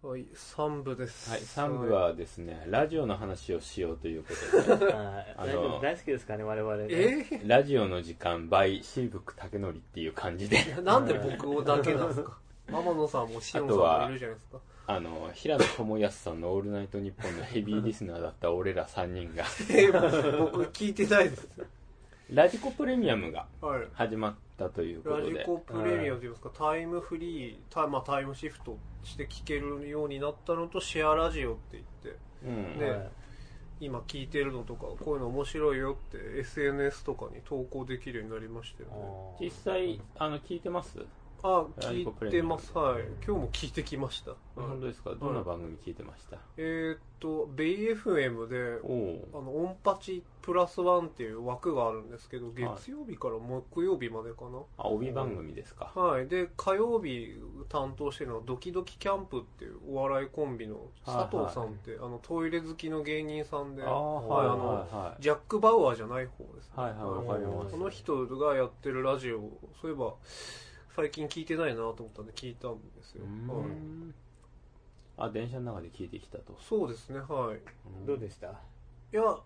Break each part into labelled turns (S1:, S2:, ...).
S1: はい、3部です。
S2: はい、3部はですね、ラジオの話をしようということで、
S3: はい
S2: あの
S3: 大丈夫大好きですからね、我々ね。
S1: え
S2: ラジオの時間 by シーブック竹則っていう感じで、
S1: ー、 なんで僕だけなんですか天野さんもシオンさんもいるじゃないですか。
S2: あの、平野智康さんのオールナイトニッポンのヘビーリスナーだった俺ら3人が、
S1: えー、僕聞いてないです。
S2: ラジコプレミアムが
S1: はい。
S2: 始まったというこ
S1: ラ
S2: と
S1: ジ
S2: で、
S1: コプレミアムといいますか、タイムフリー、タイ,、まあ、タイムシフトして聞けるようになったのと、シェアラジオって言って、
S2: うん、
S1: ね
S3: はい
S1: 今聞いてるのとか、こういうの面白いよって SNS とかに投稿できるようになりましたよね。
S2: 実際、あの、聞いてます、
S1: あ、
S2: ラ
S1: 聞
S2: ジコプ
S1: い
S2: レ
S1: て
S2: ミアム
S1: ます。はい。今日も聞いてきました。
S2: 本当ですかどんな番組聞いてました、
S1: えーっと、ベイ FM で、
S2: お
S1: あ
S2: お
S1: の、オンパチプラスワンっていう枠があるんですけど、月曜日から木曜日までか
S2: あ、帯番組ですか。
S1: な。はい。で、火曜日担当してるのはドキドキキャンプっていうお笑いコンビの佐藤さんって、あの、トイレ好きの芸人さんで、
S2: ああ、はいはいはい。
S1: ジャック・バウアーじゃない方ですね。
S2: はいはい、わかりま
S1: こ
S2: す。
S1: の人がやってるラジオ、そういえば、最近聞いてないなと思ったんで聞いたんですよ。
S2: うん
S1: はい
S2: あ、電車の中で聞いてきたと。
S1: そうですね、はい。
S3: どうでした
S1: いや、あ、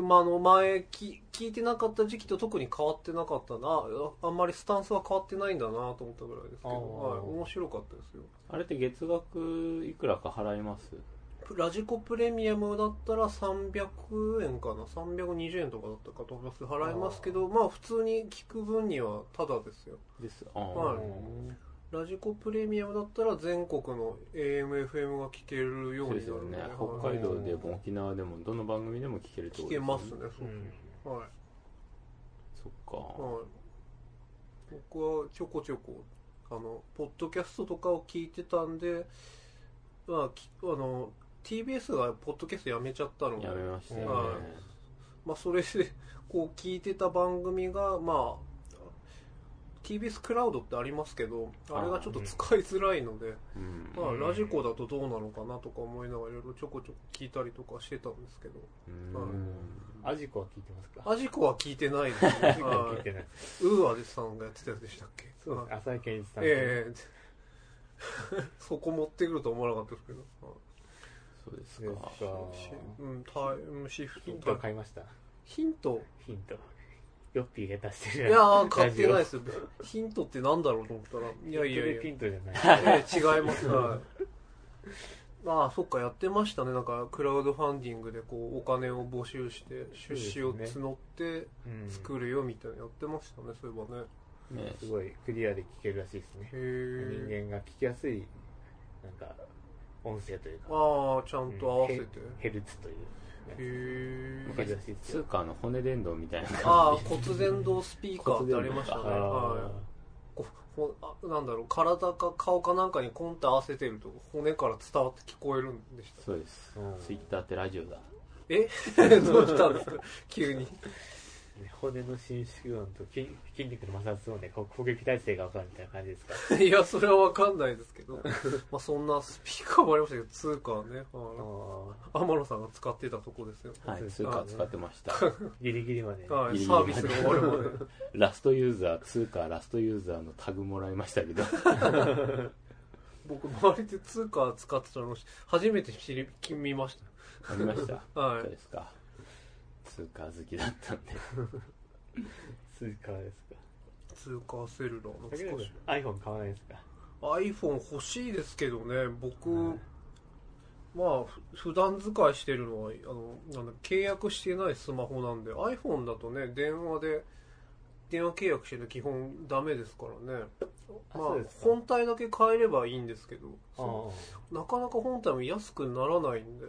S1: まあ、あの、前き、聞いてなかった時期と特に変わってなかったな。ああんまりスタンスは変わってないんだなと思ったぐらいですけど、
S3: あー
S1: はい、面白かったですよ。
S2: あれって月額いくらか払います
S1: ラジコプレミアムだったら300円かな ?320 円とかだったかと思います払いますけど、まあ普通に聞く分にはタダですよ。
S2: です。あー
S1: はい
S3: うん
S1: ラジコプレミアムだったら全国の AMFM が聞けるよう
S2: そう
S1: に
S2: です
S1: な
S2: よ
S1: るん
S2: ね
S1: で、はい。
S2: 北海道でも沖縄でもどの番組でも聞けるって
S1: 聞
S2: ことで
S1: け
S2: すね
S1: ますね、そうはい。
S2: そっか。
S1: はい、僕はちょこちょこあのポッドキャストとかを聞いてたんで、まあ、きあの TBS がポッドキャストやめちゃったので
S2: やめましたよね。
S1: はいまあ、それでこう聞いてた番組が、まあ、TBS クラウドってありますけどあれがちょっと使いづらいので、
S2: うん
S1: まあ、ラジコだとどうなのかなとか思いながらいろいろちょこちょこ聞いたりとかしてたんですけど
S2: うん
S1: はい
S3: アジコは聞いてますか
S1: アジコは聞いてない です、ね
S3: アジコは
S1: は
S3: 聞いてない。
S1: い、ウーアジさんがやってたやつでしたっけ
S3: そうです。浅井健一さんと。
S1: え えそこ持ってくると思わなかったですけど。
S2: そうです
S3: です
S2: か。
S3: か。
S1: しうん、タイムシフト。
S3: ヒントは買いました。
S1: ヒント
S3: ヒント。ヨッピーが出して
S1: い
S3: る。
S1: やー、買ってないですすよ。ヒントってなんだろうと思ったら。いや
S3: ラ
S1: い
S3: ジオ
S1: やい
S3: ヒン
S1: や
S3: トで。ピントじゃない。
S1: ええ違います。はい。ああ、そっか、やってましたね。なんか、クラウドファンディングで、こう、お金を募集して、出資を募って
S3: うん
S1: 作るよみたいなのやってましたね、そういえばね。
S2: ね
S3: すごいクリアで聞けるらしいですね。
S1: へ
S3: 人
S1: え。
S3: 間が聞きやすい、なんか、音声というか。
S1: ああ、ちゃんと合わせて。
S3: うんヘヘルツというやつ。
S1: へえ。
S2: 昔
S3: 珍しいっ、す
S2: ツ
S3: よ
S2: ーカーの骨伝導みたいな
S1: あ
S2: 感
S1: あ、
S2: じ
S1: 骨伝導スピーカーってありましたね。
S2: 骨伝導
S1: はい。こほあなんだろう体か顔かなんかにコンって合わせてると骨から伝わって聞こえるんでした
S2: そうです
S3: うん。
S2: ツイッターってラジオだ。
S1: えどうしたんですか急に
S3: ね骨の伸縮音と筋筋肉の摩擦音でこう攻撃体勢が分かるみたいな感じですか。
S1: いやそれはわかんないですけどまあそんなスピーカーもありましたけど通貨ね、は
S3: あ
S1: い、天野さんが使ってたとこですよ
S2: はい、
S3: そうです
S2: ツーカー使ってました。
S3: ーギリギリまで。
S1: はい
S2: ギリギリ
S1: サービスが終わるま で
S2: ラストユーザー、ツーカーラストユーザーのタグもらいましたけど。
S1: 僕周りで通貨使ってたの初めて知り見まし
S2: ありま した。
S1: たは
S2: そう
S1: い
S2: ですか。通貨好きだったんで。
S3: スーカーですか。
S1: 通貨セルラーの
S3: 竹
S1: 少
S3: 中
S1: し
S3: さん iPhone 買わないですか
S1: iPhone 欲しいですけどね僕、まあふ普段使いしてるのはあのなんだ契約してないスマホなんで iPhone だとね電話で電話契約してると基本ダメですからね
S3: あ
S1: まあ
S3: そうですか
S1: 本体だけ変えればいいんですけど
S3: あ
S1: なかなか本体も安くならないんで、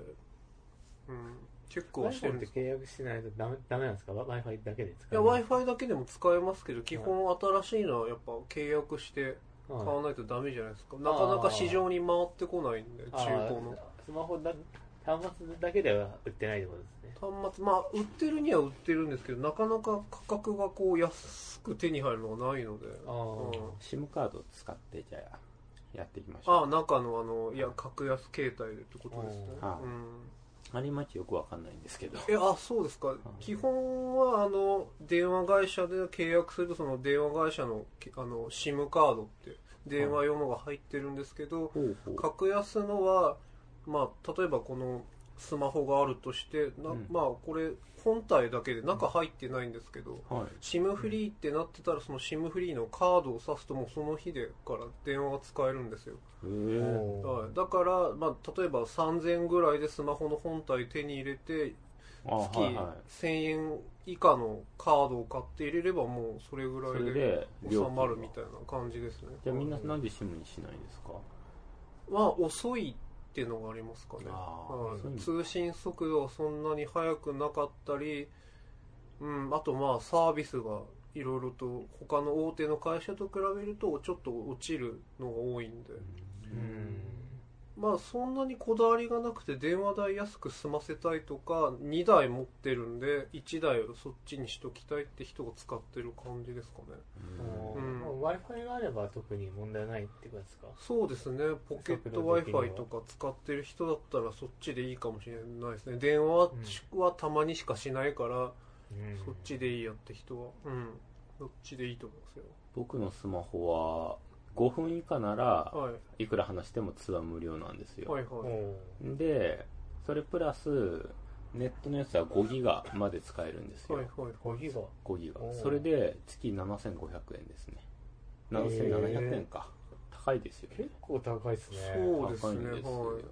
S1: うん、チェックはしてる
S3: iPhone
S1: ん
S3: っ
S1: で
S3: て
S1: す
S3: 契約してないとダメダメなんですか ?Wi-Fi だけで
S1: い
S3: 使
S1: や
S3: う
S1: w i f i だけでも使えますけど基本新しいのはやっぱ契約して
S3: 買
S1: 買わないとダメじゃないですかなかなか市場に回ってこないんで中古の。
S3: スマホだ端末だけでは売ってないってことですね。
S1: 端末まあ売ってるには売ってるんですけどなかなか価格がこう安く手に入るのがないので
S3: あ
S1: う
S2: SIM カードを使って、じゃあ、やっていきましょう。
S1: ああ中のあのいや格安携帯でってことですね
S2: ああ
S1: うん
S2: ありまちよくわかんないんですけど。
S1: えあそうですか基本はあの電話会社で契約するとその電話会社のけあの SIM カードって電話用のが入ってるんですけど、
S2: ほうほう
S1: 格安のは、まあ、例えばこのスマホがあるとしてな、
S2: うん
S1: まあこれ本体だけで中入ってないんですけど、
S2: はい
S1: SIM フリーってなってたらその SIM フリーのカードを挿すともうその日でから電話が使えるんですよ、
S2: へえ
S1: は
S3: お
S1: い、だから、まあ、例えば3000ぐらいでスマホの本体手に入れて
S2: あ
S1: 月
S2: はいは
S1: 1000円以下のカードを買って入れればもうそれぐ
S2: いそ
S1: ら
S2: れ
S1: いで
S2: で
S1: 収
S2: 料金
S1: ま
S2: が
S1: るみたいな感じですね
S2: じゃあみんな
S1: は
S2: なんでシムにしないんですか
S1: 遅いっていうのがありますかね
S2: あー
S1: は
S2: そういう
S1: い、通
S2: の
S1: 信速度はそんなに速くなかったり、うん、あとまあサービスがいろいろと他の大手の会社と比べるとちょっと落ちるのが多いんで、
S3: うん
S1: まあそんなにこだわりがなくて電話代安く済ませたいとか2台持ってるんで1台をそっちにしときたいって人が使ってる感じですかね
S2: うん
S1: うん
S3: w i f i があれば特に問題ないってことですか
S1: そうですねポケット
S3: 速度的には
S1: Wi-Fi とか使ってる人だったらそっちでいいかもしれないですね電話はたまにしかしないから、そっちでいいやって人は、うん、そっちでいいと思いますよ。
S2: 僕のスマホは5分以下なら
S1: はい、
S2: いくら話しても通話無料なんですよ、
S1: はい、
S3: お
S1: はい。
S3: お
S2: でそれプラスネットのやつは5ギガまで使えるんですよ、
S1: はい、はい、
S3: 5ギガ
S2: 5ギガ
S3: おー
S2: それで月7500円ですね7700円か、高いですよね
S3: 結構高いですね
S1: そうですね
S2: 高いんですよ、
S1: はい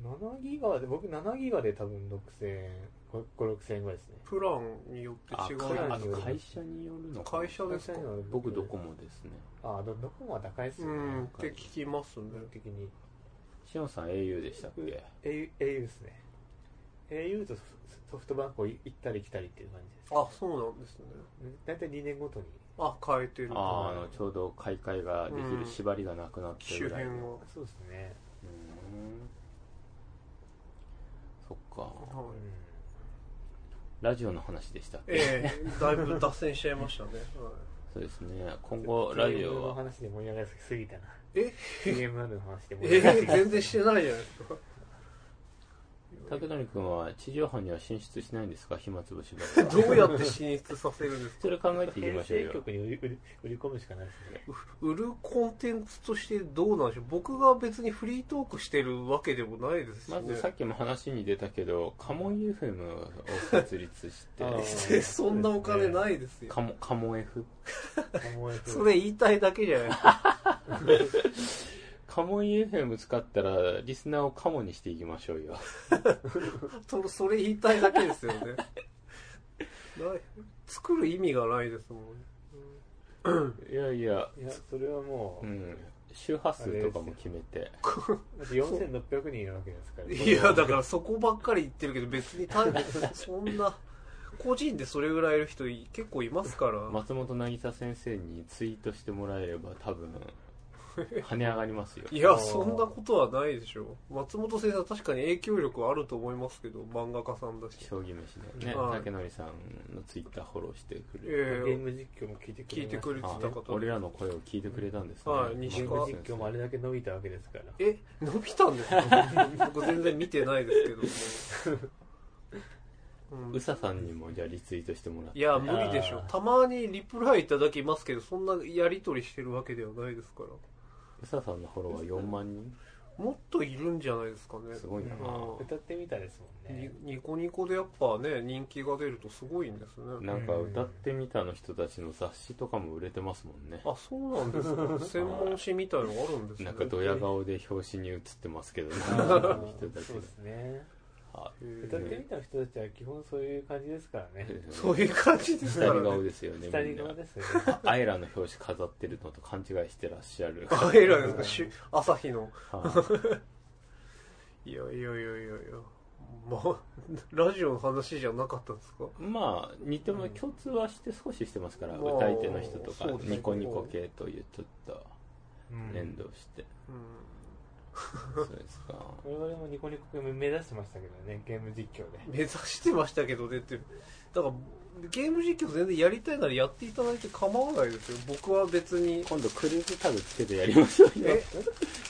S3: 7ギガで僕7ギガで多分6000円56000円ぐらいですね
S1: プランによって違
S2: あか
S1: う
S2: あ
S1: ん
S2: と
S1: です
S2: 会社によるのかな
S1: 会社ですか
S3: 会社には
S2: 僕ドコモですね
S3: あどどこも高いです
S1: う
S3: よね、
S1: ん、って聞きますね
S3: 基。本的に
S2: しおんさん au でしたっけ
S3: au, au ですね au とソソフトバンクを行ったり来たりっていう感じです
S1: あ、そうなんですね。
S3: 大体2年ごとに
S1: あ、変えてる。
S2: あーあのちょうど買い替えができる縛りがなくなって
S1: 機
S2: る
S1: 種
S2: ぐらいの、
S1: 変は。
S3: そうですね
S2: うんそっか
S1: はい。
S2: ラジオの話でしたっけ、
S1: ええだいぶ脱線しちゃいましたね。はい
S2: そうですね今後ラジ
S3: TM の
S2: オは
S3: 話で盛り上がりすぎたな
S1: え
S3: TMR の話で盛り
S1: え
S3: 上がりす
S1: え
S3: ぎた
S1: 全然してないじゃないですか。
S2: 竹谷君は地上波には進出しないんですか暇つぶしばっか
S1: どうやって進出させるんですか
S2: それ考えていきま
S3: 編
S2: しょう
S3: 成
S2: よ
S3: 局に売り売り売り込むしかないですね
S1: 売るコンテンツとしてどうなんでしょう僕が別にフリートークしてるわけでもないですしね。
S2: まずさっきも話に出たけどカモン FM を設立し
S3: あ
S2: て
S3: ー
S1: え そんなお金ないですよ。
S2: カモカモ F
S3: 思えて
S1: それ言いたいだけじゃないですか。
S2: カモン FM 使ったらリスナーをカモにしていきましょうよ
S1: そそれ言いたいだけですよね。ない作る意味がないですもんね。
S2: いやいや
S3: いやそれはも
S2: う
S3: う、
S2: ん周波数とかも決めて
S3: だって4600人いるわけですから
S1: いや、だからそこばっかり言ってるけど別に大そんな、個人でそれぐらいいる人い結構いますから。
S2: 松本渚先生にツイートしてもらえれば多分跳ね上がりますよ
S1: いや、そんなことはないでしょう。松本先生は確かに影響力はあると思いますけど、漫画家さんだし。
S2: 将棋飯のね
S1: はい
S2: 竹典さんのツイッターフォローしてくれ
S1: え
S2: る、
S1: え
S3: ゲーム実況も聞いてくれ
S1: 聞いてくれて
S2: あ
S1: た方
S2: 俺らの声を聞いてくれたんですね、
S1: はい西
S3: ゲー
S1: 川
S3: ム実況もあれだけ伸びたわけですから
S1: え伸びたんですか 僕全然見てないですけど、うん
S2: うささんにもじゃあリツイートしてもらって
S1: いや無理でしょ
S3: あー
S1: たまにリプライいただきますけどそんなやり取りしてるわけではないですから
S2: うささんのフォロワー4万人
S1: もっといるんじゃないですかね
S2: すごいな、
S1: うん
S3: 歌ってみたいですもん
S1: に
S3: ね
S1: ニコニコでやっぱね人気が出るとすごいんですね
S2: なんか歌ってみたの人たちの雑誌とかも売れてますもんね
S1: あそうなんです か専門誌みたいのがあるんですね
S2: なんかドヤ顔で表紙に写ってますけどね
S3: あ
S2: あの
S3: ー
S2: 人たち
S3: そうですね
S2: あ
S1: へ
S3: 歌って
S1: ー
S3: みた人たちは基本そういう感じですからね
S1: そう いう感じですか
S2: 下
S1: ら
S2: り顔
S1: ね
S2: ですよねみん
S3: 下に
S2: な
S3: 側ですね
S2: アイラの表紙飾ってるのと勘違いしてらっしゃる
S1: あ偉いですかし朝日の
S2: はい
S1: やいやいやいやいやまあラジオの話じゃなかったんですか
S2: いまあ似ても共通はして少ししてますから、
S1: まあ
S2: 歌い手の人とか、
S1: そうですね
S2: ニコニコ系というちょっと
S3: うん
S2: 連動して、
S1: うん
S2: そうですか。
S3: 我々もニコニコゲーム目指してましたけどね、ゲーム実況で。
S1: 目指してましたけどねってだからゲーム実況全然やりたいならやっていただいて構わないですよ僕は別に
S2: 今度クルーズタグつけてやりましょうよ
S1: え。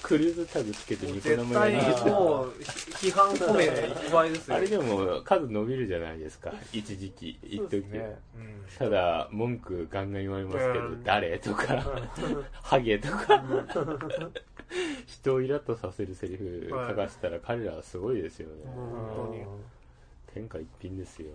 S2: クルーズタグつけてニコ
S1: 絶
S2: 生
S1: 対
S2: やりましょう。
S1: もう批判コメントいっぱいですよ
S2: あれでも数伸びるじゃないですか。一時期、一
S3: そう
S2: 時
S3: ですね。うん。
S2: ただ、文句ガンガン言われますけど、
S1: うん
S2: 誰とか、ハゲとか、人をイラッとさせるセリフ探したら彼らはすごいですよね。
S1: もう本当に
S2: 天下一品ですよ。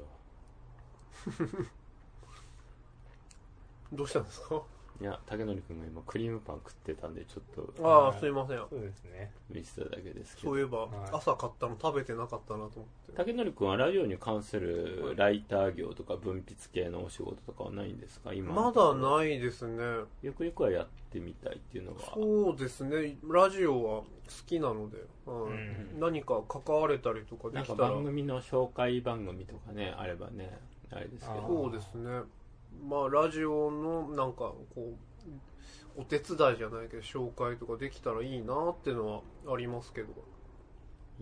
S1: どうしたんですか
S2: いや、竹典くんが今クリームパン食ってたんで、ちょっと
S1: ああすいません
S3: そうですね。
S2: 見せただけですけ
S1: そ
S2: ど
S1: うい。えば
S3: はい
S1: 朝買ったの食べてなかったなと思って
S2: 竹典くんはラジオに関するライター業とか文筆系のお仕事とかはないんですか今。
S1: まだないですね
S2: ゆくゆくはやってみたいっていうのが。
S1: そうですねラジオは好きなので、はい
S3: うん
S1: 何か関われたりとかで
S2: なん
S1: きた
S2: から番組の紹介番組とかね、あればね、あれですけ
S3: あ
S2: ど。
S1: そうですねまあラジオのなんかこうお手伝いじゃないけど紹介とかできたらいいなっていうのはありますけど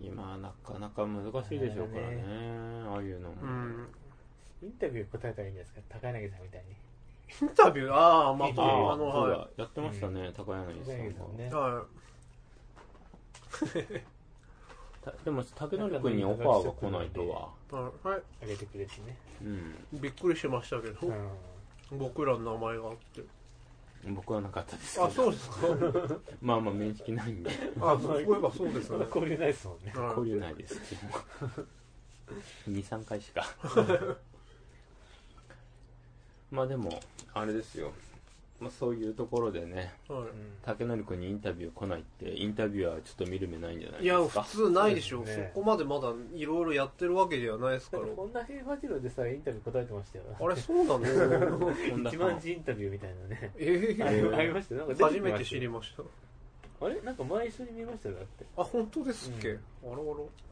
S2: 今、なかなか難しいでしょうからね、ああいうのも。
S1: うん
S3: インタビュー答えたらいいんじゃないですか、高柳さんみたいに。
S1: インタビューああまあ
S3: インタビュー
S1: あ
S2: ああ、
S1: の
S2: そう
S1: は
S2: だ、やってましたね、高柳
S3: 高
S2: さん
S3: 柳さ
S2: が
S3: んね
S1: い、。は
S2: たでも、竹野君にオファーが来ないとは。
S1: いはいはい
S3: あげてくれてね。
S2: うん。
S1: びっくりしましたけど、
S3: うん。
S1: 僕らの名前があって
S2: 僕はなかったですけど。
S1: あそうですか
S2: まあまあ、面識ないん で、
S1: あそういえばそうです
S3: そん
S1: ね
S3: な交流ないですもんね。
S1: はい
S2: 交流ないですけど。2、3回し か。まあでも、あれですよ。まあそういうところでね、
S1: は
S2: 竹成君にインタビュー来ないってインタビュアーはちょっと見る目ないんじゃない
S1: い、い
S2: で
S1: や
S2: す
S1: 普
S2: か
S1: 通ないでしょ
S3: そうですね
S1: そこまでまだいろいろやってるわけではないです
S3: だ
S1: か
S3: っ
S1: ら
S3: てこんな平和ジローでさ、インタビュー答えてましたよ。
S1: あれそうなんですね
S2: 本田さ
S3: 一
S2: ん
S3: 万字インタビューみたいなね。
S1: ええ
S3: ありありましたよなんか出
S1: 初
S3: き
S1: め
S3: ま
S1: て
S3: した
S1: 知
S3: よ
S1: りました
S3: あれなんか前一緒に見ましたよ、だって。
S1: あ本当ですっけ、
S3: うん
S1: あらあら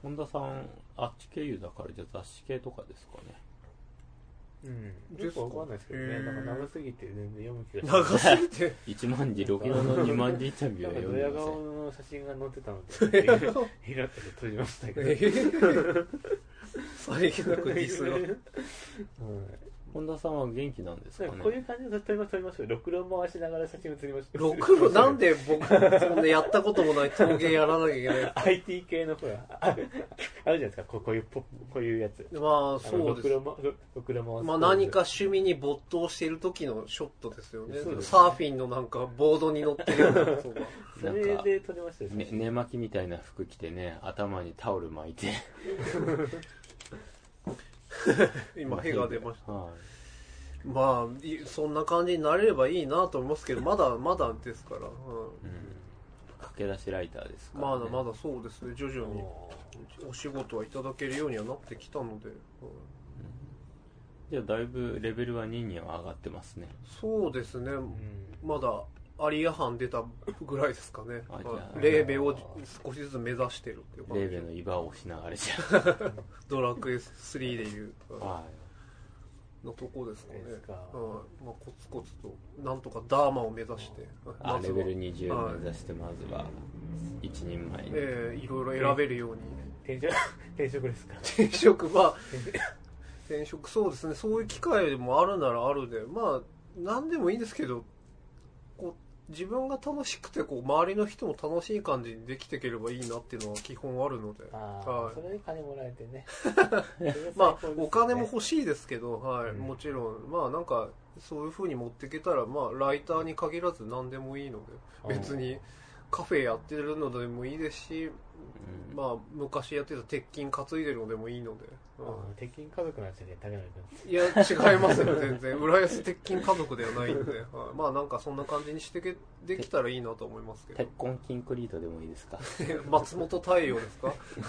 S2: 本田さんあっち経由だからじゃあ雑誌系とかですかね
S3: うん。
S1: です
S3: よ
S1: か
S3: くわかんないですけど
S1: へ
S3: ね。
S1: ー
S3: なんか長すぎて全然読む気がしない。
S1: 長すぎ て
S2: 一万字ロケ用の二万字インタビューは
S3: なんかド
S2: 読
S3: ヤ
S2: んでませ
S3: 顔
S2: ん
S3: の写真が載ってた ので、拾って閉じましたけど。
S1: ええさりげなくディスが
S3: うん
S2: 本田さんは元気なんです
S3: な
S2: か
S3: ん
S2: ね
S3: かこういう感じで撮りましょう、撮りましょう。ろくろ回しながら写真写りましょう。
S1: ろくろ なんで僕そんなやったこともない陶芸やらなきゃいけない
S3: IT 系のほら、ああるじゃないですか、こうこういうポ、こういうやつ。
S1: まあ
S3: あの
S1: そうです
S3: ろくろまろろくろ回す。
S1: まあ何か趣味に没頭している時のショットですよね
S3: そうですね
S1: サーフィンのなんかボードに乗ってるようなそう だ
S3: それで撮りましたよ、
S2: ね
S3: 写真
S2: 寝巻きみたいな服着てね頭にタオル巻いて、
S1: 今屁が出ました
S2: はい
S1: たまあいそんな感じになれればいいなと思いますけどまだまだですから、う
S2: うん駆け出しライターですか
S1: ん、
S2: ら、
S1: ま
S2: ね、
S1: だまだそうですね徐々に
S3: も
S1: お仕事はいただけるようにはなってきたので、うん
S2: じゃあだいぶレベルは2には上がってますね
S1: そうですね、
S3: ううん
S1: まだアリア班出たぐらいですかね
S2: あじゃあ
S1: はいレーベを少しずつ目指してるっていう感
S2: レ
S1: じ
S2: ーベの居場を押しながらじゃ
S1: ドラクエ3でいう
S2: あ、は
S1: のとこですかね
S3: ですか
S1: はいまあ、コツコツとなんとかダーマを目指して
S2: い、あ
S1: まず
S2: レ
S1: は
S2: ベル20目指してまずは一人前に、
S1: ええいろいろ選べるように
S3: 転職、転職ですか。
S1: 転職は転職そうですねそういう機会もあるならあるでまあ何でもいいんですけどこう自分が楽しくてこう周りの人も楽しい感じにできていければいいなっていうのは基本あるので
S3: ああ、
S1: はい
S3: それで金もらえてね。
S1: まあ、お金も欲
S3: しい。
S1: しいですけど、はい
S3: うん
S1: もちろん、まあなんか、そういう風に持っていけたら、まあライターに限らず何でもいいの
S3: あ
S1: で、
S3: ー
S1: 別にカフェやってるのでもいいですし、
S2: うん
S1: まあ昔やってた鉄筋担いでるのでもいいので、
S3: あー鉄筋家族なんですよね、高野
S1: いや、違いますよ、全然。浦安鉄筋家族ではないので、はいまあなんかそんな感じにしてけできたらいいなと思いますけど
S2: 鉄。痕キンクリートでもいい ですか
S1: 松本太陽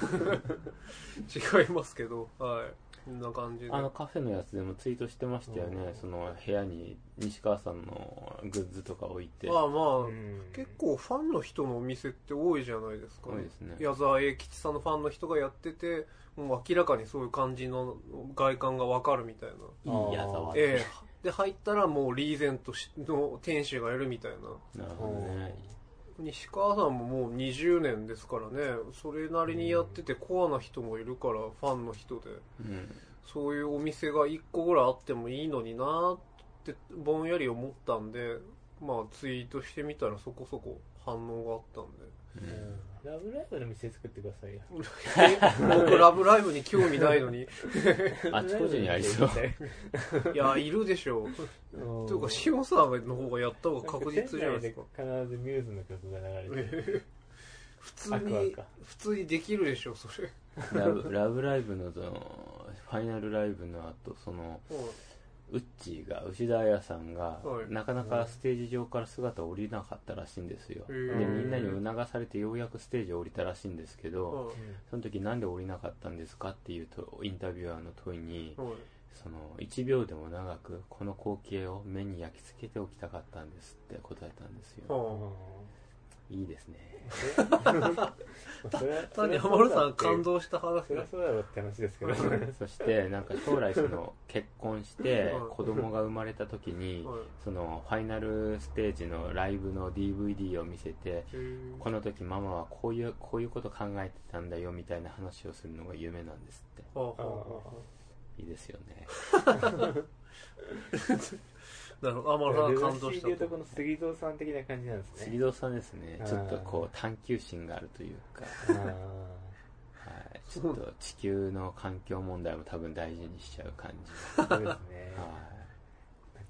S1: ですか 違いますけど、はい。こんな感じで。
S2: あのカフェのやつでもツイートしてましたよね、
S3: うん
S2: その部屋に西川さんのグッズとか置いて、
S1: まあまあ、
S3: 君。うん
S1: 結構ファンの人のお店って多いじゃないですか、
S2: 多いですね
S1: 矢沢永吉さんのファンの人がやっててもう明らかにそういう感じの外観がわかるみたいな、
S2: いい矢沢って、
S1: ええで入ったらもうリーゼントしの天使がいるみたいな
S2: なるほどね
S1: 西川さんももう20年ですからねそれなりにやっててコアな人もいるからファンの人で
S2: うん
S1: そういうお店が1個ぐらいあってもいいのになーってぼんやり思ったんでまあツイートしてみたらそこそこ反応があ
S3: ラブライブの店作ってくださいよ。
S1: ったんで僕「ラブライブ!」に興味ないのに
S2: あちこちにありそう。
S1: いやいるでしょう
S3: うん
S1: というか塩さんの方がやった方が確実じゃないですか
S3: 店内必ずミューズの曲が流れて る。
S1: 普通
S3: ア
S1: に
S3: クアか
S1: 普通にできるでしょそれ
S2: ラブ ラブライブのそのファイナルライブの後そのウッチーが牛田彩さんが、
S1: はい
S2: なかなかステージ上から姿を降りなかったらしいんですよ
S1: へ
S2: で
S1: ー
S2: みんなに促されてようやくステージを降りたらしいんですけど
S1: は
S2: その時なんで降りなかったんですかっていうとインタビュアーの問いに
S1: いはい
S2: その1秒でも長くこの光景を目に焼き付けておきたかったんですって答えたんですよ
S3: うん
S1: はあ
S2: いいですね
S3: それは
S1: 単に浜田さん感。動した話
S3: そりゃそうだろうって話ですけ ど。
S2: そしてなんか将来その結婚して
S1: はい
S2: 子供が生まれた時に
S1: はい
S2: そのファイナルステージのライブの DVD を見せて
S1: へー
S2: この時ママはこういうこういうこと考えてたんだよみたいな話をするのが夢なんですっ
S1: はあは
S3: あ
S1: あ
S3: あ
S1: は
S2: ていいですよね
S1: あなるほど
S3: ああ
S1: 天野さん感動
S3: 珍し
S1: し
S3: いっていう
S1: た
S3: と
S1: と
S3: この杉蔵さん的な感じなんですね。
S2: 杉戸さんですね
S3: あー
S2: ちょっとこう探求心があるというか、
S3: ああ
S2: はい、ちょっと地球の環境問題も多分大事にしちゃう感じ
S3: そうです ね。
S2: はい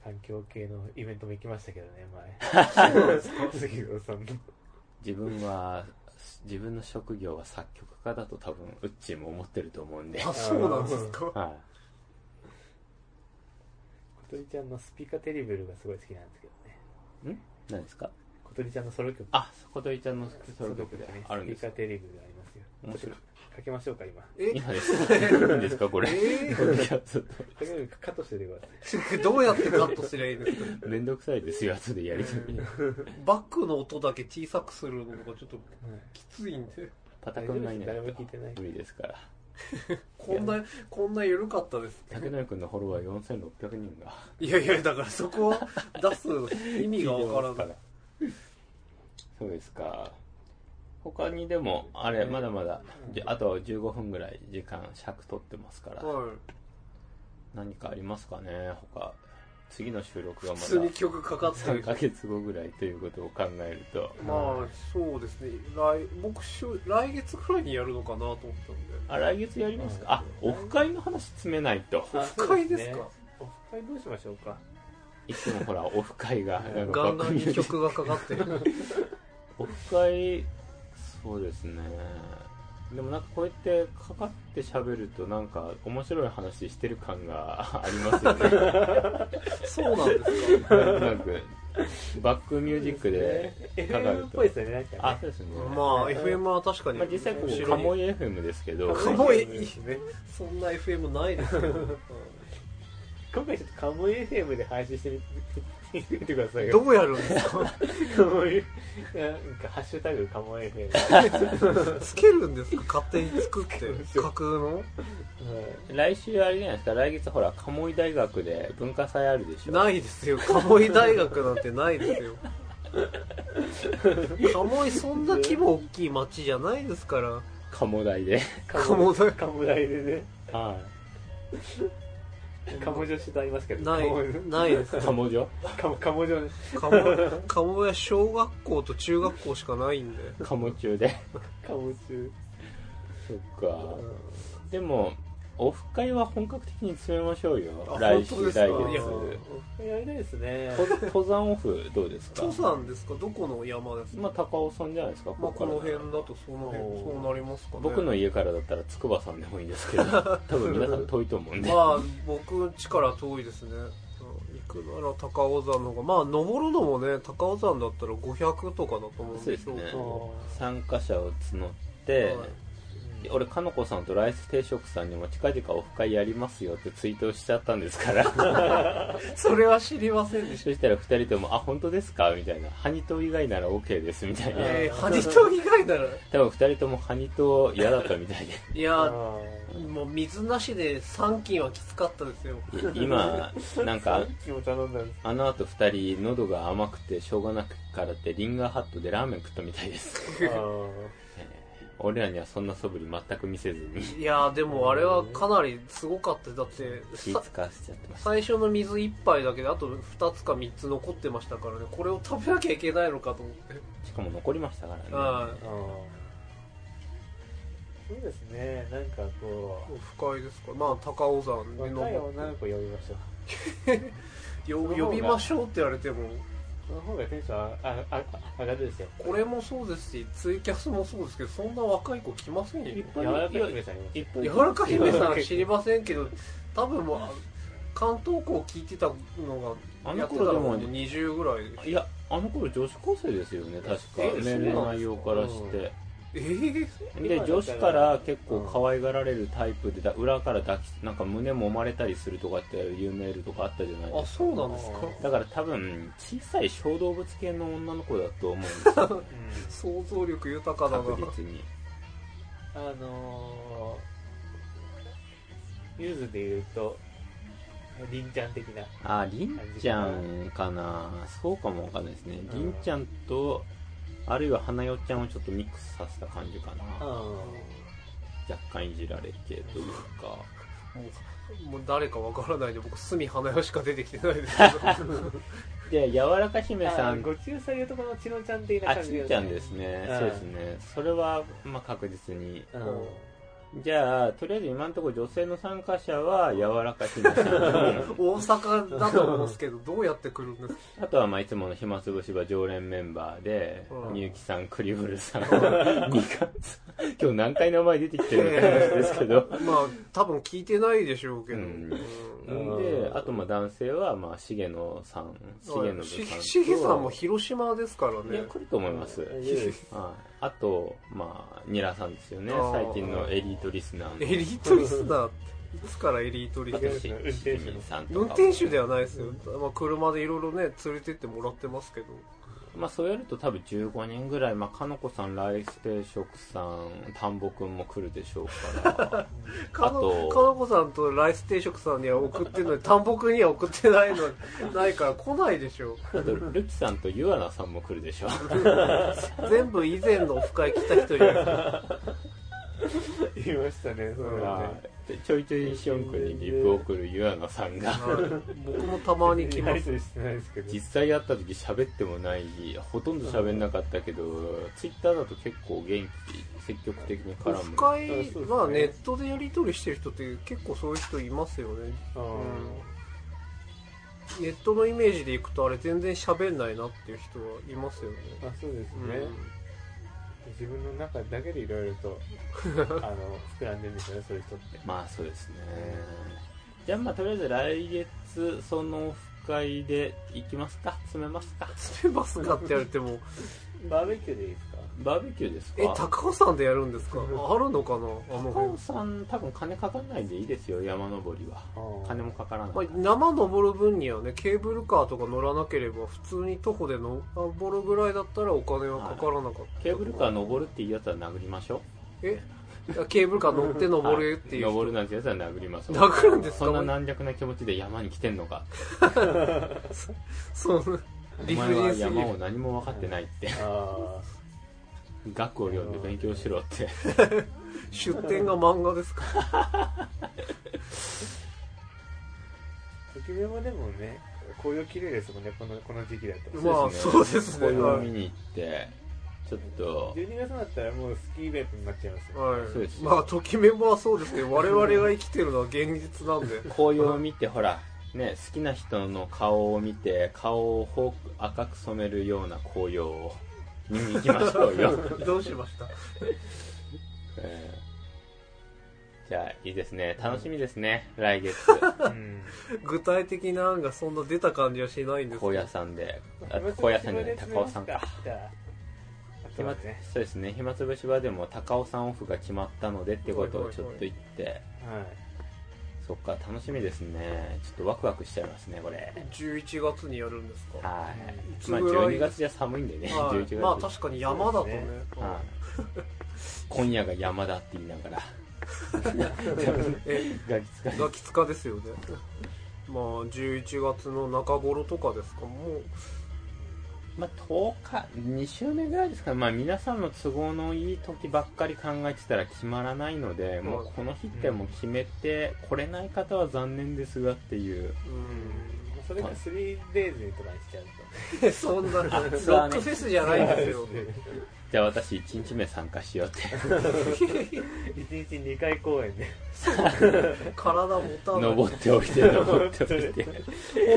S3: 環境系のイベントも行きましたけどね、前。杉蔵さんの。
S2: 自分は自分の職業は作曲家だと多分ウッチーも思ってると思うんで、
S1: あそうなんですか
S2: は
S3: 小鳥ちゃんのスピカテリブルがすごい好きなんですけどね。
S2: い、ん何ですか
S3: 小鳥ちゃんのソロ曲。
S2: あそこといちゃんのソロ曲で
S3: ね
S2: あるんで
S3: ス
S2: す
S3: ピ
S2: か
S3: カテリブルがありますよ。
S2: 面白い
S3: かけましょうか、今。
S1: え
S2: 今ですかいいんですかこれ
S1: え
S2: これちょっ
S3: かけるカットしててください。
S1: ー どうやってカットすりゃいいんですか
S2: と面倒くさいですよ後で やりとり
S1: バックの音だけ小さくするのがちょっときついんで
S2: パタ君がいない
S3: 誰も
S2: と
S3: 聞いてない
S2: 無理ですから
S1: こんなこんな緩かったです
S2: 竹野君のフォロワー4600人が
S1: いやいやだからそこを出す意味がわから
S2: 聞いてます
S1: ない
S2: そうですか他にでもあれまだまだじゃあと15分ぐらい時間尺取ってますから
S1: はい
S2: 何かありますかね他次の収録がま
S1: 普通に
S2: だ
S1: 曲かかって
S2: 3
S1: る
S2: ヶ月後ぐらいということを考えると
S1: まあそうですね来僕しゅ来月くらいにやるのかなと思ったんで
S2: あ来月やりますかあオフ会の話詰めないと
S3: あ
S1: オフ会です
S3: そう
S1: か
S3: ねオフ会どうしましょうか。
S2: いつもほらオフ会がなんか
S1: ガンガンに曲がかかってる
S2: オフ会そうですねでもなんかこうやってかかって喋るとなんか面白い話してる感がありますよね
S1: そうなんですか
S2: なんとなくバックミュージックでかか
S3: FM
S2: る
S3: っ
S2: と
S3: ぽいですよね、なんかね。
S2: あそうですね
S1: ま
S2: ま
S1: あ FM は確かに
S2: あ実際こ
S1: 後
S2: こ
S1: ろ
S2: カ
S1: に
S2: モイ FM ですけど
S1: カモイ
S3: ですね。
S1: そんな FM ないですよ
S3: 今回ちょっとカモイ FM で配信してみ てみてくださいよ。
S1: どうやるんですか
S3: カモイ、なんかハッシュタグカモイ FM。
S1: つけるんですか勝手に作って架空の
S2: 来週あれじゃないですか来月ほら鴨居大学で文化祭あるでしょ
S1: ないですよ鴨居大学なんてないです よ鴨居そんな規模大きい町じゃないですから
S2: 鴨大で
S1: カモ大
S3: カモ大でね。
S2: は
S3: カモ女子とありますけど。
S1: ない
S3: カモ
S1: ないです
S2: い鴨女
S3: カモ、カモ女子。
S1: 鴨鴨屋小学校と中学校しかないんで
S2: 鴨中で
S3: カモ中。
S2: そっかでもオフ会は本格的に詰めましょうよ
S1: あ
S2: 来
S1: 本当で
S2: 週
S1: すか
S2: 来
S1: いや
S2: 月
S3: やりたいですね。
S2: と登山オフどうですか
S1: 登山ですかどこの山ですか
S2: まあ高尾さんじゃないですか
S1: まあ、
S2: こ
S1: この
S2: こか
S1: 辺
S2: ら
S1: だとその辺そうなりますかね
S2: 僕の家からだったら筑波さんでもいいですけど多分皆さん遠いと思うん で、
S1: まあ僕の家から遠いですねうん行くなら高尾山の方がまあ登るのもね高尾山だったら500とかだと思うん
S2: そう
S1: で
S2: ですす
S1: けど
S2: ね
S3: そ
S2: 参加者を募って、
S1: はい
S2: 俺かのこさんとライス定食さんにも近々オフ会やりますよってツイートしちゃったんですから
S1: それは知りませんでし
S2: そしたら2人とも「あ本当ですか?」みたいな「ハニト以外なら OK です」みたい
S1: た。
S2: な
S1: えー、ハニト以外なら、
S2: 多分2人ともハニト嫌だったみたいで
S1: いやー、
S3: あ
S1: もう水なしで3斤はきつかったですよ。
S2: い今なんか
S3: 気も頼んだんです
S2: あの後二2人喉が甘くてしょうがなくからってリンガーハットでラーメン食ったみたいです
S3: けど
S2: 俺らにはそんな素振り全く見せずに
S1: いやー、でもあれはかなりすごかったよ。だって、
S2: 気
S1: さ
S2: 使わせちゃってました
S1: 最初の水1杯だけであと2つか3つ残ってましたからねこれを食べなきゃいけないのかと思って
S2: しかも残りましたから
S1: は
S2: ね
S1: い
S3: あーそうですねなんかこう
S1: オフ会ですかまあ高尾山に
S3: 若い女
S1: 登
S3: の
S1: っ
S3: 子呼びましょう
S1: てよ呼びましょうって言われても
S3: その方がテンションあああ上がるですよ
S1: これもそうですしツイキャスもそうですけどそんな若い子来ませんよ
S2: 一
S3: 柔
S2: 般
S3: らかい
S2: の
S3: 姫さんいます
S2: 一
S1: 柔
S2: 方
S1: らか姫さん知りませんけど多分もうあ関東校聞いてたの
S2: あ
S1: がや
S2: の
S1: ってた
S2: 頃で
S1: の
S2: も
S1: も20ぐらいで
S2: いやあの頃女子高生ですよね確
S1: え
S2: か
S1: そうなんで
S2: 年
S1: す
S2: 齢
S1: か
S2: 内容からして
S1: えー、
S2: で
S3: 今だったら
S2: 女子から結構可愛がられるタイプでだ裏から抱きなんか胸揉まれたりするとかっていうメールとかあったじゃない
S1: あ
S2: ですか
S1: そうなんですか
S2: だから多分小さい小動物系の女の子だと思うんです よ
S1: 想像力豊かだな
S2: 確実に
S3: うんあのー、ユーズで言うと凛ちゃん的な
S2: ありんちゃんかなそうかもわかんないですね
S3: うん
S2: りんちゃんとあるいは花代ちゃんをちょっとミックスさせた感じかな若干いじられ系というか
S1: もうもう誰かわからないんで僕隅花代しか出てきてないですけど
S2: で柔らか姫さ
S3: あ
S2: ん
S3: ご中さんいうとこのちのちゃん的な
S2: あ
S3: 感
S2: ち
S3: じ
S2: んちゃんですね、
S3: うん
S2: そうですねそれは、まあ、確実に
S3: うん
S1: うん
S2: じゃあとりあえず今のところ女性の参加者は柔らか姫さ
S1: 大
S2: ん
S1: 阪だと思うんですけどどうやって来るんですか
S2: あとはまあいつもの暇つぶしは常連メンバーで
S1: うん
S2: みゆきさんクリブルさん二冠さん今日何回名前出てきてるみたいな話ですけど
S1: まあ多分聞いてないでしょうけど、
S2: う
S1: うんん
S3: うん
S2: であとまあ男性はまあ重野さん重野部さん
S1: し
S2: と
S1: しげさんも広島ですから
S2: いや
S1: ね
S2: 来ると思います、
S3: うん
S2: はい
S3: いです
S2: あとまあニラさんですよね
S1: あー
S2: 最近のエリートリスナ
S1: エ
S2: ーの
S1: リートリスナーっていつからエリートリスナー
S3: 手の
S2: 運
S3: 運転手の
S2: さんとか
S1: 運転手ではないですよ、まあ、車でいろいろね連れてってもらってますけど
S2: まあそうやると多分15人ぐらい、まあ、かのこさんライス定食さん田んぼくんも来るでしょうから
S1: か
S2: あと
S1: のかのこさんとライス定食さんには送ってるのに田んぼくんには送ってないのないから来ないでしょ
S2: あとルキさんとユアナさんも来るでしょう
S1: 全部以前のオフ会来た人じゃないですか
S3: 言いましたねそうだ
S2: ま
S3: ね
S2: あでちょいちょいシオン君にリプを送るユアナさん が
S1: 僕もたまに来ま
S3: やり
S1: す
S3: とりしてないですけど
S2: 実際会った時喋ってもないほとんど喋んなかったけどツイッターだと結構元気積極的に
S1: オ
S2: 絡
S1: フ
S2: む
S1: 会
S3: そうですね
S1: はネットでやり取りしてる人って結構そういう人いますよね
S3: う
S1: ネットのイメージでいくとあれ全然喋んないなっていう人はいますよね
S3: んあそうです
S1: うん
S3: ね、自分の中だけでいろいろ とあの膨らんでるんですよねそういう人って
S2: まあそうですねじゃあまあとりあえず来月そのオフ会で行きますか詰めますか
S1: 詰めますかって言われて も
S3: バーベキューでいいですか
S2: バーベキューですか
S1: え高尾山でやるんですかあるのかなあの
S2: 高
S1: 辺
S2: 尾さん多分金かかんないんでいいですよ山登りは金もかからない、
S1: まあ、生登る分にはねケーブルカーとか乗らなければ普通に徒歩で登るぐらいだったらお金はかからなかった
S2: ケーブルカー登るっていうやつは殴りましょ
S1: えいやケーブルカー乗って
S2: う
S1: 登るって いう
S2: は
S1: 人
S2: い登るなんてやつは殴りましょう
S1: 殴るんですか
S2: そんな軟弱な気持ちで山に来てんのか
S1: その
S2: お
S1: 理不
S2: 前
S1: 尽
S2: は
S1: すぎ
S2: 山を
S1: る
S2: 何も分かってないって
S3: あ
S2: 学を読んで勉強しろって
S1: 出典が漫画 ですか
S3: あときめもでもね紅葉綺麗ですもんねこのこの時期だと
S1: まあそうですね
S2: 紅葉を見に行ってちょっと
S3: 12月になったらもうスキーイベントになっちゃいますよ
S1: は
S2: そうです
S1: いまあときめもはそうですけど我々が生きてるのは現実なんで
S2: 紅葉を見てほらね好きな人の顔を見て顔をほう赤く染めるような紅葉を見に行きましょう よ、
S1: どうしました
S2: えーじゃあいいですね楽しみですね来月
S3: うん
S1: 具体的な案がそんな出た感じはしないんですけど
S2: 高野山であ高野山じゃない高尾山か
S3: じゃあそう
S2: 暇
S3: だ
S2: つ
S3: ね
S2: そうですね暇つぶしはでも高尾さんオフが決まったのでってことをちょっと言って、
S3: はい
S2: そっか楽しみですねちょっとワクワクしちゃいますねこれ
S1: 11月にやるんですか
S2: はい
S1: いつ
S2: まあ
S1: ぐらい
S2: 12月じゃ寒いんでね、
S1: は
S2: 11月
S1: い、まあ確かに山だとね
S3: そうで
S2: はい今夜が山だって言いながら
S1: え
S2: ガキ使い
S1: ガキ使ですよねまあ11月の中頃とかですかもう
S2: まあ10日2週目ぐらいですかねまあ皆さんの都合のいい時ばっかり考えてたら決まらないので、もうこの日ってもう決めて来れない方は残念ですがっていう
S1: う
S3: もうそれが 3days とかにしちゃうと
S1: んそんなロ
S2: あツアーね
S1: ックフェスじゃないんです よ
S2: じゃあ私1日目参加しようって
S3: 1日2回公演で
S1: 体持たない
S2: 登っておいて登っておいて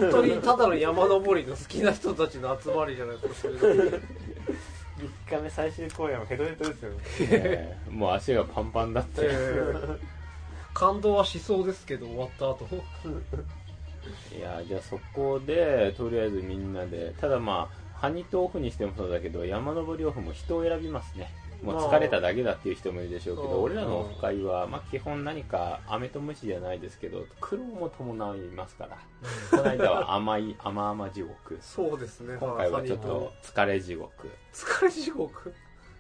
S1: 本当にただの山登りの好きな人たちの集まりじゃないですかそれだけ
S3: 3日目最終公演はヘトヘトですよ
S2: ええもう足がパンパンだって、
S1: えー感動はしそうですけど終わった後
S2: いやじゃあそこでとりあえずみんなでただまあハニトオフにしてもそうだけど山登りオフも人を選びますねもう疲れただけだっていう人もいるでしょうけ
S1: まあ
S2: ど俺らのオフ会は、まあ、基本何か飴と虫じゃないですけど苦労も伴いますからこの間は甘い甘々地獄
S1: そうですね
S2: 今回はちょっ
S1: ハニー
S2: と疲れ地獄
S1: 疲れ地獄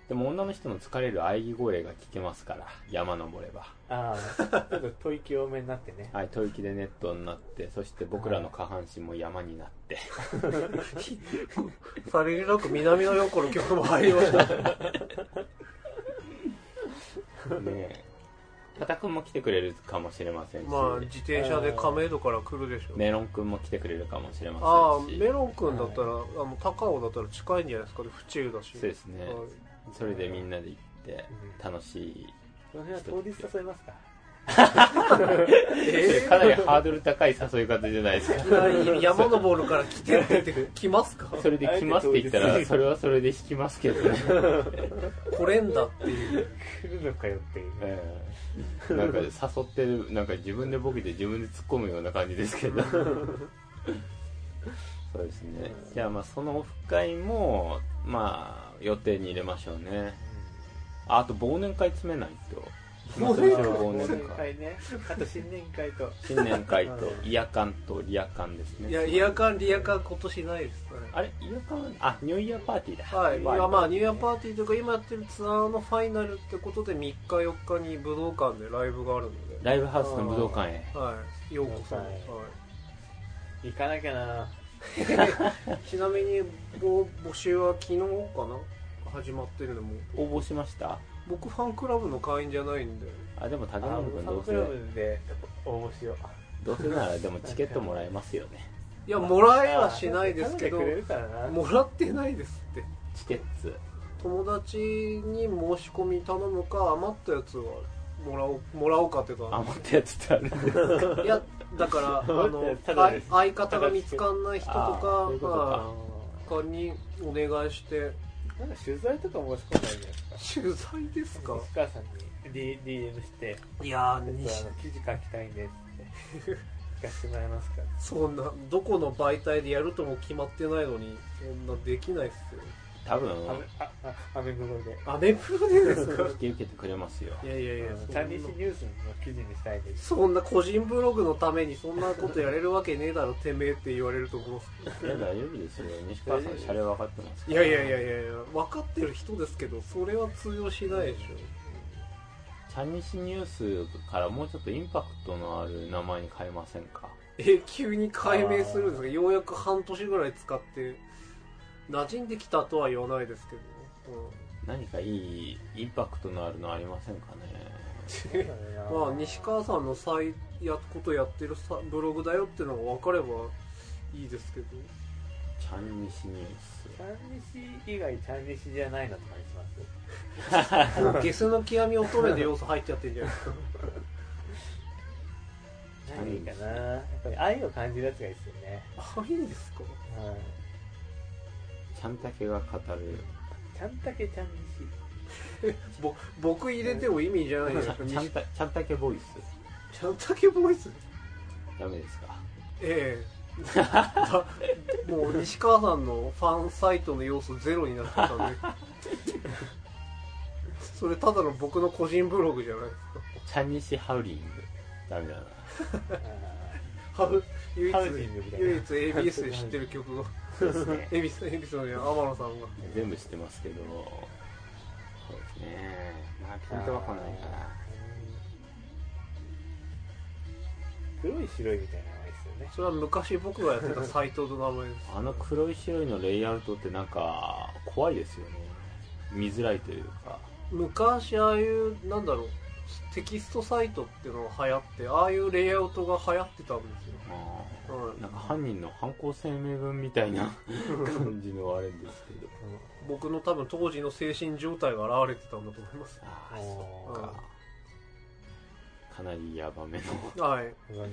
S2: でも女の人の疲れる喘ぎ声が聞けますから山登れば
S3: ああちょっと吐息多めになってね
S2: はい、吐息でネットになって、そして僕らの下半身も山になって、
S1: さりげなく南の横の曲も入りま した
S2: ねえ、タタ君も来てくれるかもしれませんし、
S1: まあ自転車で亀戸から来るでしょう
S2: メロン君も来てくれるかもしれ
S1: あ
S2: ま
S1: あ
S2: せんし、
S1: メロン君だったら、あの高尾だったら近いんじゃないですかね府中だし
S2: そうですね、
S1: はい
S2: それでみんなで行って、楽しい。
S3: その辺は当日誘います
S2: そ
S3: か
S2: れかなりハードル高い誘い方じゃないです か。
S1: 山登るから来てって言って来ます か
S2: それで来ますって言ったら、それはそれで引きますけ どね。
S1: 来れんだっていう
S3: 来るのかよっていう
S2: ええなんか誘ってるなんか自分でボケて自分で突っ込むような感じですけどそうですねじゃあまあそのオフ会もまあ予定に入れましょうねああと忘年会詰めないと
S1: 忘年会
S2: 忘
S3: 忘
S2: 年
S3: 年
S2: 会
S3: 会ねあと新年会と
S2: 新年会とイヤカンとリアカンですね
S1: いやリアカンリアカン今年ないですね
S2: あれイヤカンあニューイヤーパーティーだ
S1: はい、
S2: まあ
S1: 今まあニューイヤーパーティーというか今やってるツアーのファイナルってことで3日4日に武道館でライブがあるので、
S2: ライブハウスの武道館へ
S1: はい、ようこそ、
S3: はい
S1: は、
S3: 行かなきゃない
S1: ちなみにぼ募集は昨日かな始まってるのもう
S2: 応募しました
S1: 僕ファンクラブの会員じゃないんで
S2: あでも竹
S3: あ
S2: 野
S3: の
S2: 君
S3: フ
S2: どう
S3: ァンク
S2: せ
S3: ラブで応募しよう
S2: どうせならでもチケットもらえますよね
S1: いやもらえはしないですけど
S3: 頼んでくれるからな
S1: もらってないですって
S2: チケッツ
S1: 友達に申し込み頼むか余ったやつはもらおうもらおうかっていうか
S2: 余ったやつってあ るんで
S1: いやだ からあ
S3: 余
S1: の
S3: ったやつ
S1: あい相方が見つかんない人と
S2: あーそういうことか
S1: か他にお願いして
S3: なんか取材とか申し込んだらいいんじゃないですか
S1: 取材ですか
S3: 西川さんに D- DM して
S1: いや
S3: 「ちょ
S1: ー
S3: っ
S1: に
S3: とあの記事書きたいんです」って聞かせてもらえますか
S1: そんなどこの媒体でやるとも決まってないのにそんなできないっすよ
S2: 多分
S3: あめああアメブロで
S1: アメブロでですか
S2: 引き受けてくれますよ
S1: いやいやいやそんな
S3: 三日ニュースの記事にしたいです
S1: そんな個人ブログのためにそんなことやれるわけねえだろてめえって言われると思うんですけど
S2: いや大丈夫ですよ西川さんシャレ分かってますか
S1: いやいやいやいやいや分かってる人ですけどそれは通用しないでし
S2: らチャニシニュースからもうちょっとインパクトのある名前に変えませんか
S1: ょえ急に解明するんですかようやく半年ぐらい使って馴染んできたとは言わないですけど、
S2: 何かいいインパクトのあるのありませんかね
S1: うんまあ西川さんのさいやことやってるさブログだよっていうのが分かればいいですけど
S2: チャンニシニュー
S3: 三日以外三日じゃないのとかにしま す
S1: ゲスの極み乙女の要素入っちゃってるじゃないですか
S3: 何がいいかなやっぱり愛を感じるやつがいいですよね、
S1: あいいんですか
S3: う
S2: スちゃんたけが語る
S3: ん、ちゃんたけちゃんにし
S1: ぼ僕入れても意味じゃないです か
S2: ちゃんたちゃんたけボイス
S1: ちゃんたけボイス
S2: ダメですか
S1: ええだもう西川さんのファンサイトの要素ゼロになってたんで それただの僕の個人ブログじゃないですか
S2: チャニシハウリングダメだな
S1: ハウ唯一
S3: ハウジングみたいな
S1: 唯一 ABS で知ってる曲が
S2: そうです ね
S1: 恵比寿恵比寿のね天野さんが
S2: 全部知ってますけどそうですねまあピントは来ないかな
S3: 黒い白いみたいなのがいいですよね
S1: それは昔僕がやってたサイトの名前です
S2: あの黒い白いのレイアウトってなんか怖いですよね見づらいというか
S1: 昔ああいうなんだろうテキストサイトっていうのが流行ってああいうレイアウトが流行ってたんですよ
S2: まあ
S1: はい
S2: なんか犯人の犯行声明文みたいな 感じのあれですけど
S1: 僕の多分当時の精神状態が現れてたんだと思い ます
S2: あ
S3: あ
S2: あそ
S3: ー
S2: っかかなりヤ バめの
S1: はい
S3: 上の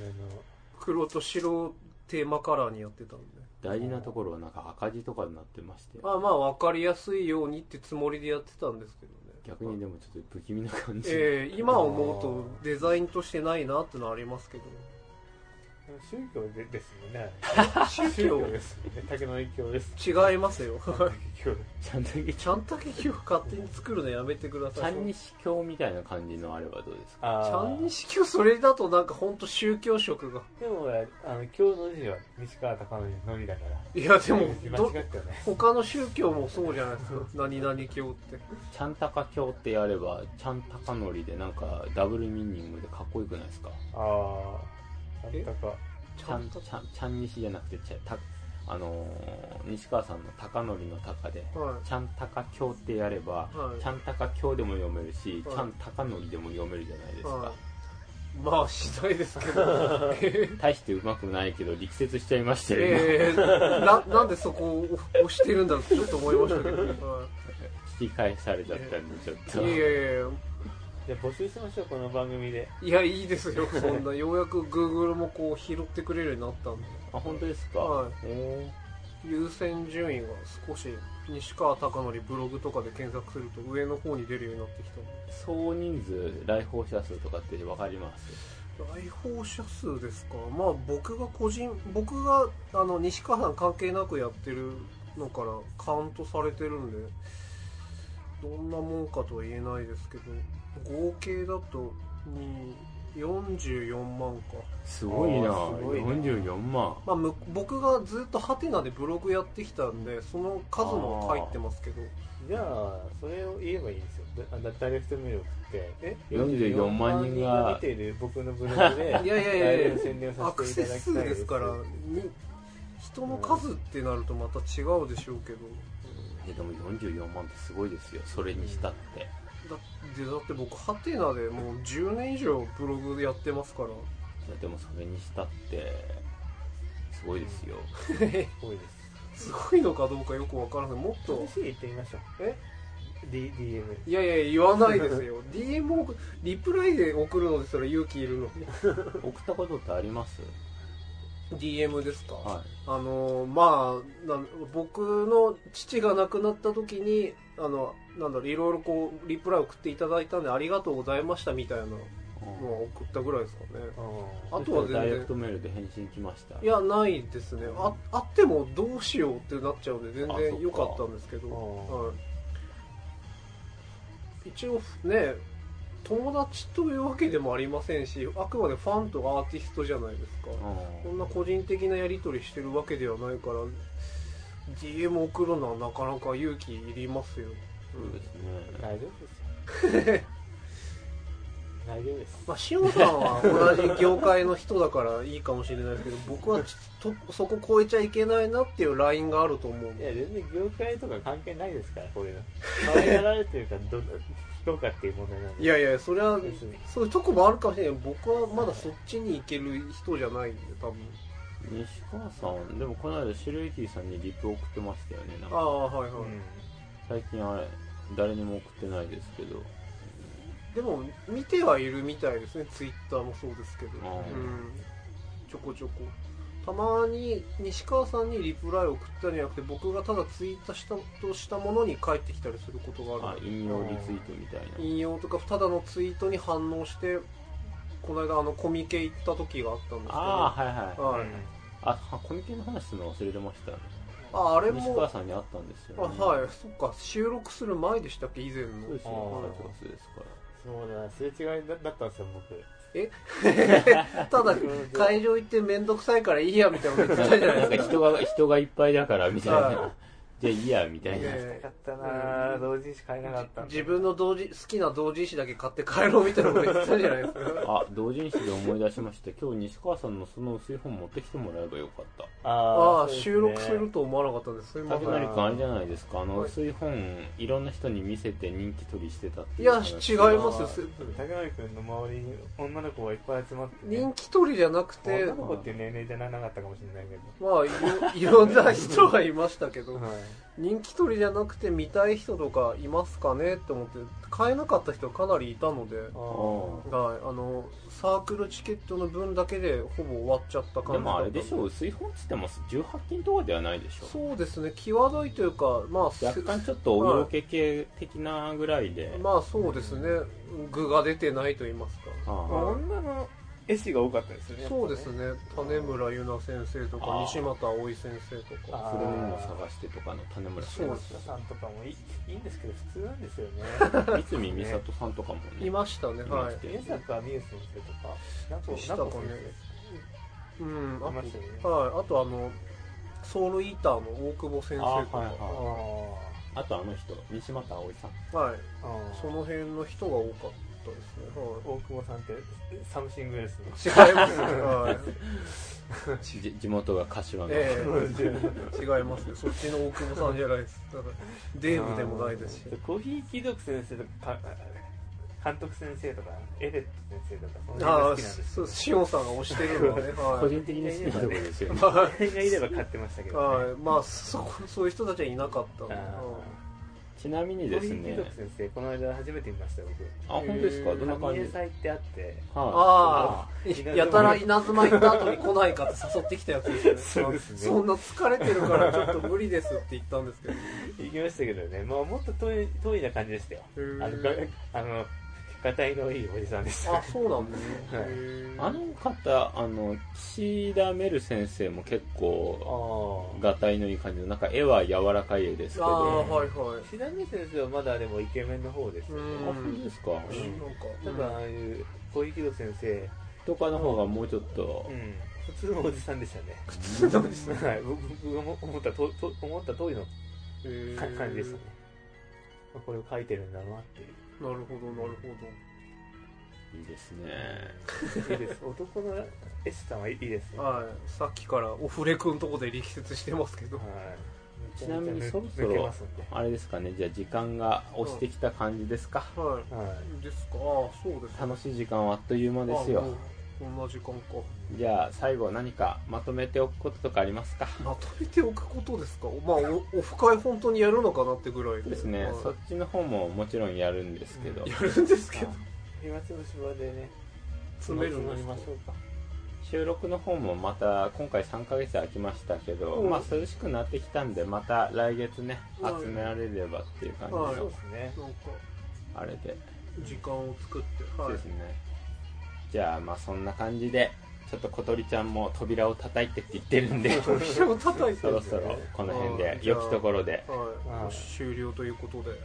S1: 黒と白をテーマカラーにやってたんで
S2: 大事なところはなんか赤字とかになってまして
S1: まあまあ分かりやすいようにってつもりでやってたんですけどね
S2: 逆にでもちょっと不気味な感じ、
S1: ええ今思うとデザインとしてないなってのはあります けど
S3: 宗教でですもんね
S1: 宗
S3: 宗教
S1: 教
S3: ですもんね竹の一教です
S1: 違いますよ
S3: 教
S2: ちゃんと言っ
S1: ちゃんたけきを勝手に作るのやめてくだ
S2: ち
S1: さ
S2: ゃ
S1: い
S2: んに司教みたいな感じのあればどうですか
S3: あ
S1: ちゃ
S3: ー
S1: んに式をそれだとなんか本当宗教色が
S3: でも俺あの今日の字は西川貴教のみだから
S1: いやでも
S3: 間
S1: ど
S3: 違ったよね
S1: 他の宗教もそうじゃないですか何々教って
S2: ちゃんたか教ってやればちゃんたかのりでなんかダブルミーニングでかっこよくないですか
S3: ああなん
S1: え
S3: だか
S1: ち
S2: ち
S1: ゃ
S2: ゃ
S1: ん
S2: ん
S1: と
S2: ちゃんちゃん西じゃなくてちゃたあのー西川さんのたかのりのたかで
S1: は
S2: ちゃんたか教ってやれば
S1: いはい
S2: ちゃんたか教でも読めるし、
S1: はい
S2: ちゃんたかのりでも読めるじゃないですか、
S1: はいまあしないですけ ど
S2: 大してうまくないけど力説しちゃいましたよ、今
S1: ええななんでそこを押してるんだろうってちょっと思いましたけど、は
S2: 聞き返されちゃったんでちょっ
S1: い、
S2: と
S1: いやいやいや
S3: じゃあ募集しましょうこの番組で
S1: いやいいですよそんなようやく Google もこう拾ってくれるようになったんで
S2: あ本当ですか、
S1: はい
S2: え
S1: 優先順位が少し西川貴教ブログとかで検索すると上の方に出るようになってきたんで
S2: ー総人数来訪者数とかって分かります
S1: 来訪者数ですかまあ僕が個人僕があの西川さん関係なくやってるのからカウントされてるんでどんなもんかとは言えないですけど合計だとに44万か、
S2: すごいな
S3: あーすごいな
S2: 44万
S1: まあ、む僕がずっとハテナでブログやってきたんでその数も入ってますけど
S3: じゃあそれを言えばいいんですよだだダイレクトメール送ってえ
S2: 44万人が
S3: 見ている僕のブログでい
S1: いやいやいやいや
S3: 宣伝
S1: ア
S3: さ
S1: ク
S3: せて
S1: セ
S3: いただ
S1: ス数で
S3: きたい
S1: すからに人の数ってなるとまた違うでしょうけど
S2: えでも44万ってすごいですよそれにしたって
S1: だってだって僕ハテナでもう10年以上ブログやってますから
S2: いやでもそれにしたってすごいですよ、
S3: 多いです
S1: すごいのかどうかよくわからないもっと
S3: 楽しい行ってみましょう
S1: え
S3: D DM
S1: いやいや言わないですよ DM を送リプライで送るのですら勇気いるのに
S2: 送ったことってあります
S1: DM ですか、
S2: は
S1: あのまあなん僕の父が亡くなった時にあのなんだろういろいろこうリプライ送っていただいたんでありがとうございましたみたいなの
S2: い
S1: を送ったぐらいですかね
S3: あ
S1: あとは全然
S2: ダイレクトメールで返信来ました
S1: いやないですねああってもどうしようってなっちゃうんで全
S2: あそっ
S1: 然
S2: か
S1: 良かったんですけど、
S3: あ
S1: はい、一応ね友達というわけでもありませんしあくまでファンとアーティストじゃないですか
S2: うん
S1: こんな個人的なやり取りしてるわけではないから DM 送るのはなかなか勇気いりますよ、
S2: そうですね
S3: 大丈夫ですよ大丈夫です
S1: まあ、しおさんは同じ業界の人だからいいかもしれないですけど僕はちょとそこ超えちゃいけないなっていうラインがあると思うん
S3: い
S1: で
S3: や全然業界とか関係ないですからこういうの可愛がられてるかどどうかっていう問題なんで
S1: いやいやそれは
S3: 別に
S1: そういうとこもあるかもしれない僕はまだそっちに行ける人じゃないんで多分
S2: 西川さんでもこの間シルエティさんにリプ送ってましたよねなん
S1: あ
S2: か
S1: あはいはい、
S3: うん
S2: 最近あれ誰にも送ってないですけど
S1: でも見てはいるみたいですねツイッターもそうですけど、
S2: あー
S1: うん、ちょこちょこたまに西川さんにリプライを送ったんじゃなくて僕がただツイートしたとしたものに返ってきたりすることがあ
S2: あ
S1: る
S2: 引用リツイートみたいな
S1: 引用とかただのツイートに反応してこの間あのコミケ行った時があったんですけど
S2: ああはいはい
S1: はい
S3: うん
S2: あコミケの話するの忘れてましたね
S1: ああれ
S2: 西
S1: も
S2: 川さんに会ったんです
S1: あ
S2: よ、ね、
S1: はいそっか収録する前でしたっけ以前の
S2: そうですね
S3: あー
S2: 8月ですから
S3: そうだすれ違いだだったんですよ僕
S1: え ただ会場行って面倒くさいからいいやみたいなこと言ってたじゃない
S2: なん
S1: で
S2: か
S1: すか
S2: 人が人がいっぱいだからみたい
S1: はい
S2: なじゃあいいやみたいな、
S1: ね
S3: 買ったなぁ同人誌買えなかったんだ
S1: 自分の同時好きな同人誌だけ買って帰ろうみたいなこと言ってたじゃないですか
S2: あ同人誌で思い出しました今日西川さんのその薄い本持ってきてもらえばよかった
S1: あ
S3: あ
S1: あ、
S3: ーそうですね
S1: 収録すると思わなかったんですすいま
S2: 竹
S1: せ
S2: 成
S1: ん
S2: 君あれじゃないですかあの
S1: はい
S2: 薄い本いろんな人に見せて人気取りしてたって
S1: い
S2: いう
S1: や
S2: 話
S1: 違い
S3: あー
S1: ますよ
S3: 竹成君の周りに女の子がいっぱい集まって、
S1: 人気取りじゃなくて
S3: 女の子っていう年齢じゃなかったかもしれないけど、
S1: まあいろい ろんな人はいましたけど
S3: はい、
S1: 人気取りじゃなくて見たい人とかいますかねって思って買えなかった人かなりいたので
S3: あ
S2: あ
S3: ー
S1: はい、あのサークルチケットの分だけでほぼ終わっちゃった感じだっ
S2: で
S1: た
S2: もあれでしょう薄い本っつっても18金とかではないでしょ
S1: そうですね際どいというかまあす
S2: 若干ちょっとお色気系的なぐらいで、
S1: まあそうですね具が出てないと言いますか
S3: まあ
S2: あ
S3: 女の絵師が多かったですよね
S1: そうです
S3: ね
S1: ね種村優奈先生とか
S2: あー
S1: 西俣葵先生と
S2: あ
S1: か
S2: 古いのを探してとかの種村さ
S1: そ
S2: ん
S1: う
S3: 山
S1: です
S3: 下さんとかもいいいいんですけど普通なんですよね
S2: 三住美里さんとかもね
S1: いましたね
S2: いま
S1: は
S2: した
S3: 宮坂美優先生とかなんか
S1: したかねいうん
S3: いましたよね
S1: あと,、はい、あとあのソウルイーターの大久保先生とか
S2: あはい
S3: あ
S2: はあとあの人西俣葵さん
S1: はい、
S3: ーあー
S1: その辺の人が多かったですね、はい
S3: 大久保さんってサムシングですね
S1: 違いますね、はい
S2: じ地元が柏の、
S1: ええ 違いますねそっちの大久保さんじゃないですだからデーブでもないですし
S3: コーヒー貴族先生とかか監督先生とかエレット先生とかその辺
S1: あ
S3: が
S1: あ
S3: 好きなんです
S1: そう シオンさんが推してるのはね、
S2: 個
S1: は
S2: 人的に好きなとこですよね
S1: いは
S3: 誰がいれば買ってましたけ
S1: い、
S3: ど、ね
S1: はい、まあそこそういう人たちはいなかったので、
S3: あ
S1: は
S2: ちなみに
S3: ー
S2: です
S3: コーヒー
S2: ね
S3: 貴族先生この間初めて見ましたよ
S2: あ
S3: 僕
S2: 本当ですかどんな感
S3: 歓
S2: じ
S3: 迎祭ってあって
S1: あ
S3: ー
S1: あやたら稲妻行った後に来ないかって誘ってきたやつですよ
S3: そう
S1: ね
S3: ですね
S1: そんな疲れてるからちょっと無理ですって言ったんですけ ど
S3: 行きましたけどね、まあ、もっと遠い遠いな感じでしたよ
S1: へ
S3: あ
S1: ー
S3: のがあのがたいのいいおじさんでした
S1: あそうなんですね
S3: はい
S1: へー
S2: あの方あの岸田メル先生も結構
S3: あ
S2: がたいのいい感じのなんか絵は柔らかい絵ですけ
S1: あ
S2: ど
S1: あ
S2: あ
S1: はいはい
S3: あ白根先生はまだでもイケメンの方ですよね
S1: うん
S2: そうですか、
S3: ん
S1: なんか
S3: ただああいう小池戸先生、
S2: とかの方がもうちょっと、
S3: うん、普通のおじさんでしたね
S1: 普通なんですね
S3: はい、僕僕が思思ったとと思った通りの
S1: へー
S3: か感じでしたね、まあ、これを書いてるんだなっていう
S1: なるほどなるほど
S2: いいですね
S3: いいです男のエスさんはいいですねは
S1: はい、さっきからオフレ君のとこで力説してますけど、
S3: い
S2: ちなみにそろそろ
S3: 抜けますんで
S2: あれですかねじゃあ時間が押してきた感じですか、
S1: は
S3: はい
S1: い、ですか、ああ、そうです
S2: 楽しい時間はあっという間です
S1: あも
S2: よ
S1: うこんな時間か、
S2: じゃあ最後何かまとめておくこととかありますか
S1: まとめておくことですか、まあ、おオフ会、本当にやるのかなってぐらい
S2: そ
S1: で
S2: うですね、
S1: はい
S2: そっちの方ももちろんやるんですけど、
S3: うん
S1: やるんですけど、
S3: 暇つぶし場でね
S1: 詰めるん
S3: の
S1: で
S3: り
S1: す
S3: ましょ
S1: か
S3: うか
S2: 収録の方もまた今回3ヶ月空きましたけど、
S1: うん
S2: まあ涼しくなってきたんでまた来月ね
S1: はい
S2: 集められればっていう感じ
S1: はい
S2: の
S3: そうですね
S1: なんか、
S2: あれで、
S1: 時間を作って、は
S2: そう
S1: い
S2: です、ねじゃあまあそんな感じでちょっと小鳥ちゃんも扉を叩いてって言ってるんで
S1: 扉を叩いて
S2: そ
S1: る
S2: ろ
S1: んで
S2: そろこの辺
S1: は
S2: で
S1: い
S2: 良きところで
S1: は
S3: はいい、
S1: 終了ということで、はい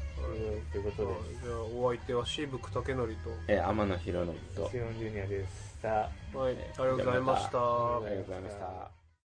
S3: ということ
S1: は
S3: で
S1: いじゃあ、お相手はシーブク竹成と、
S2: えー天野博之と
S3: す。シオンジュニアでした
S1: はい、ありがとうございました。
S2: ありがとうございました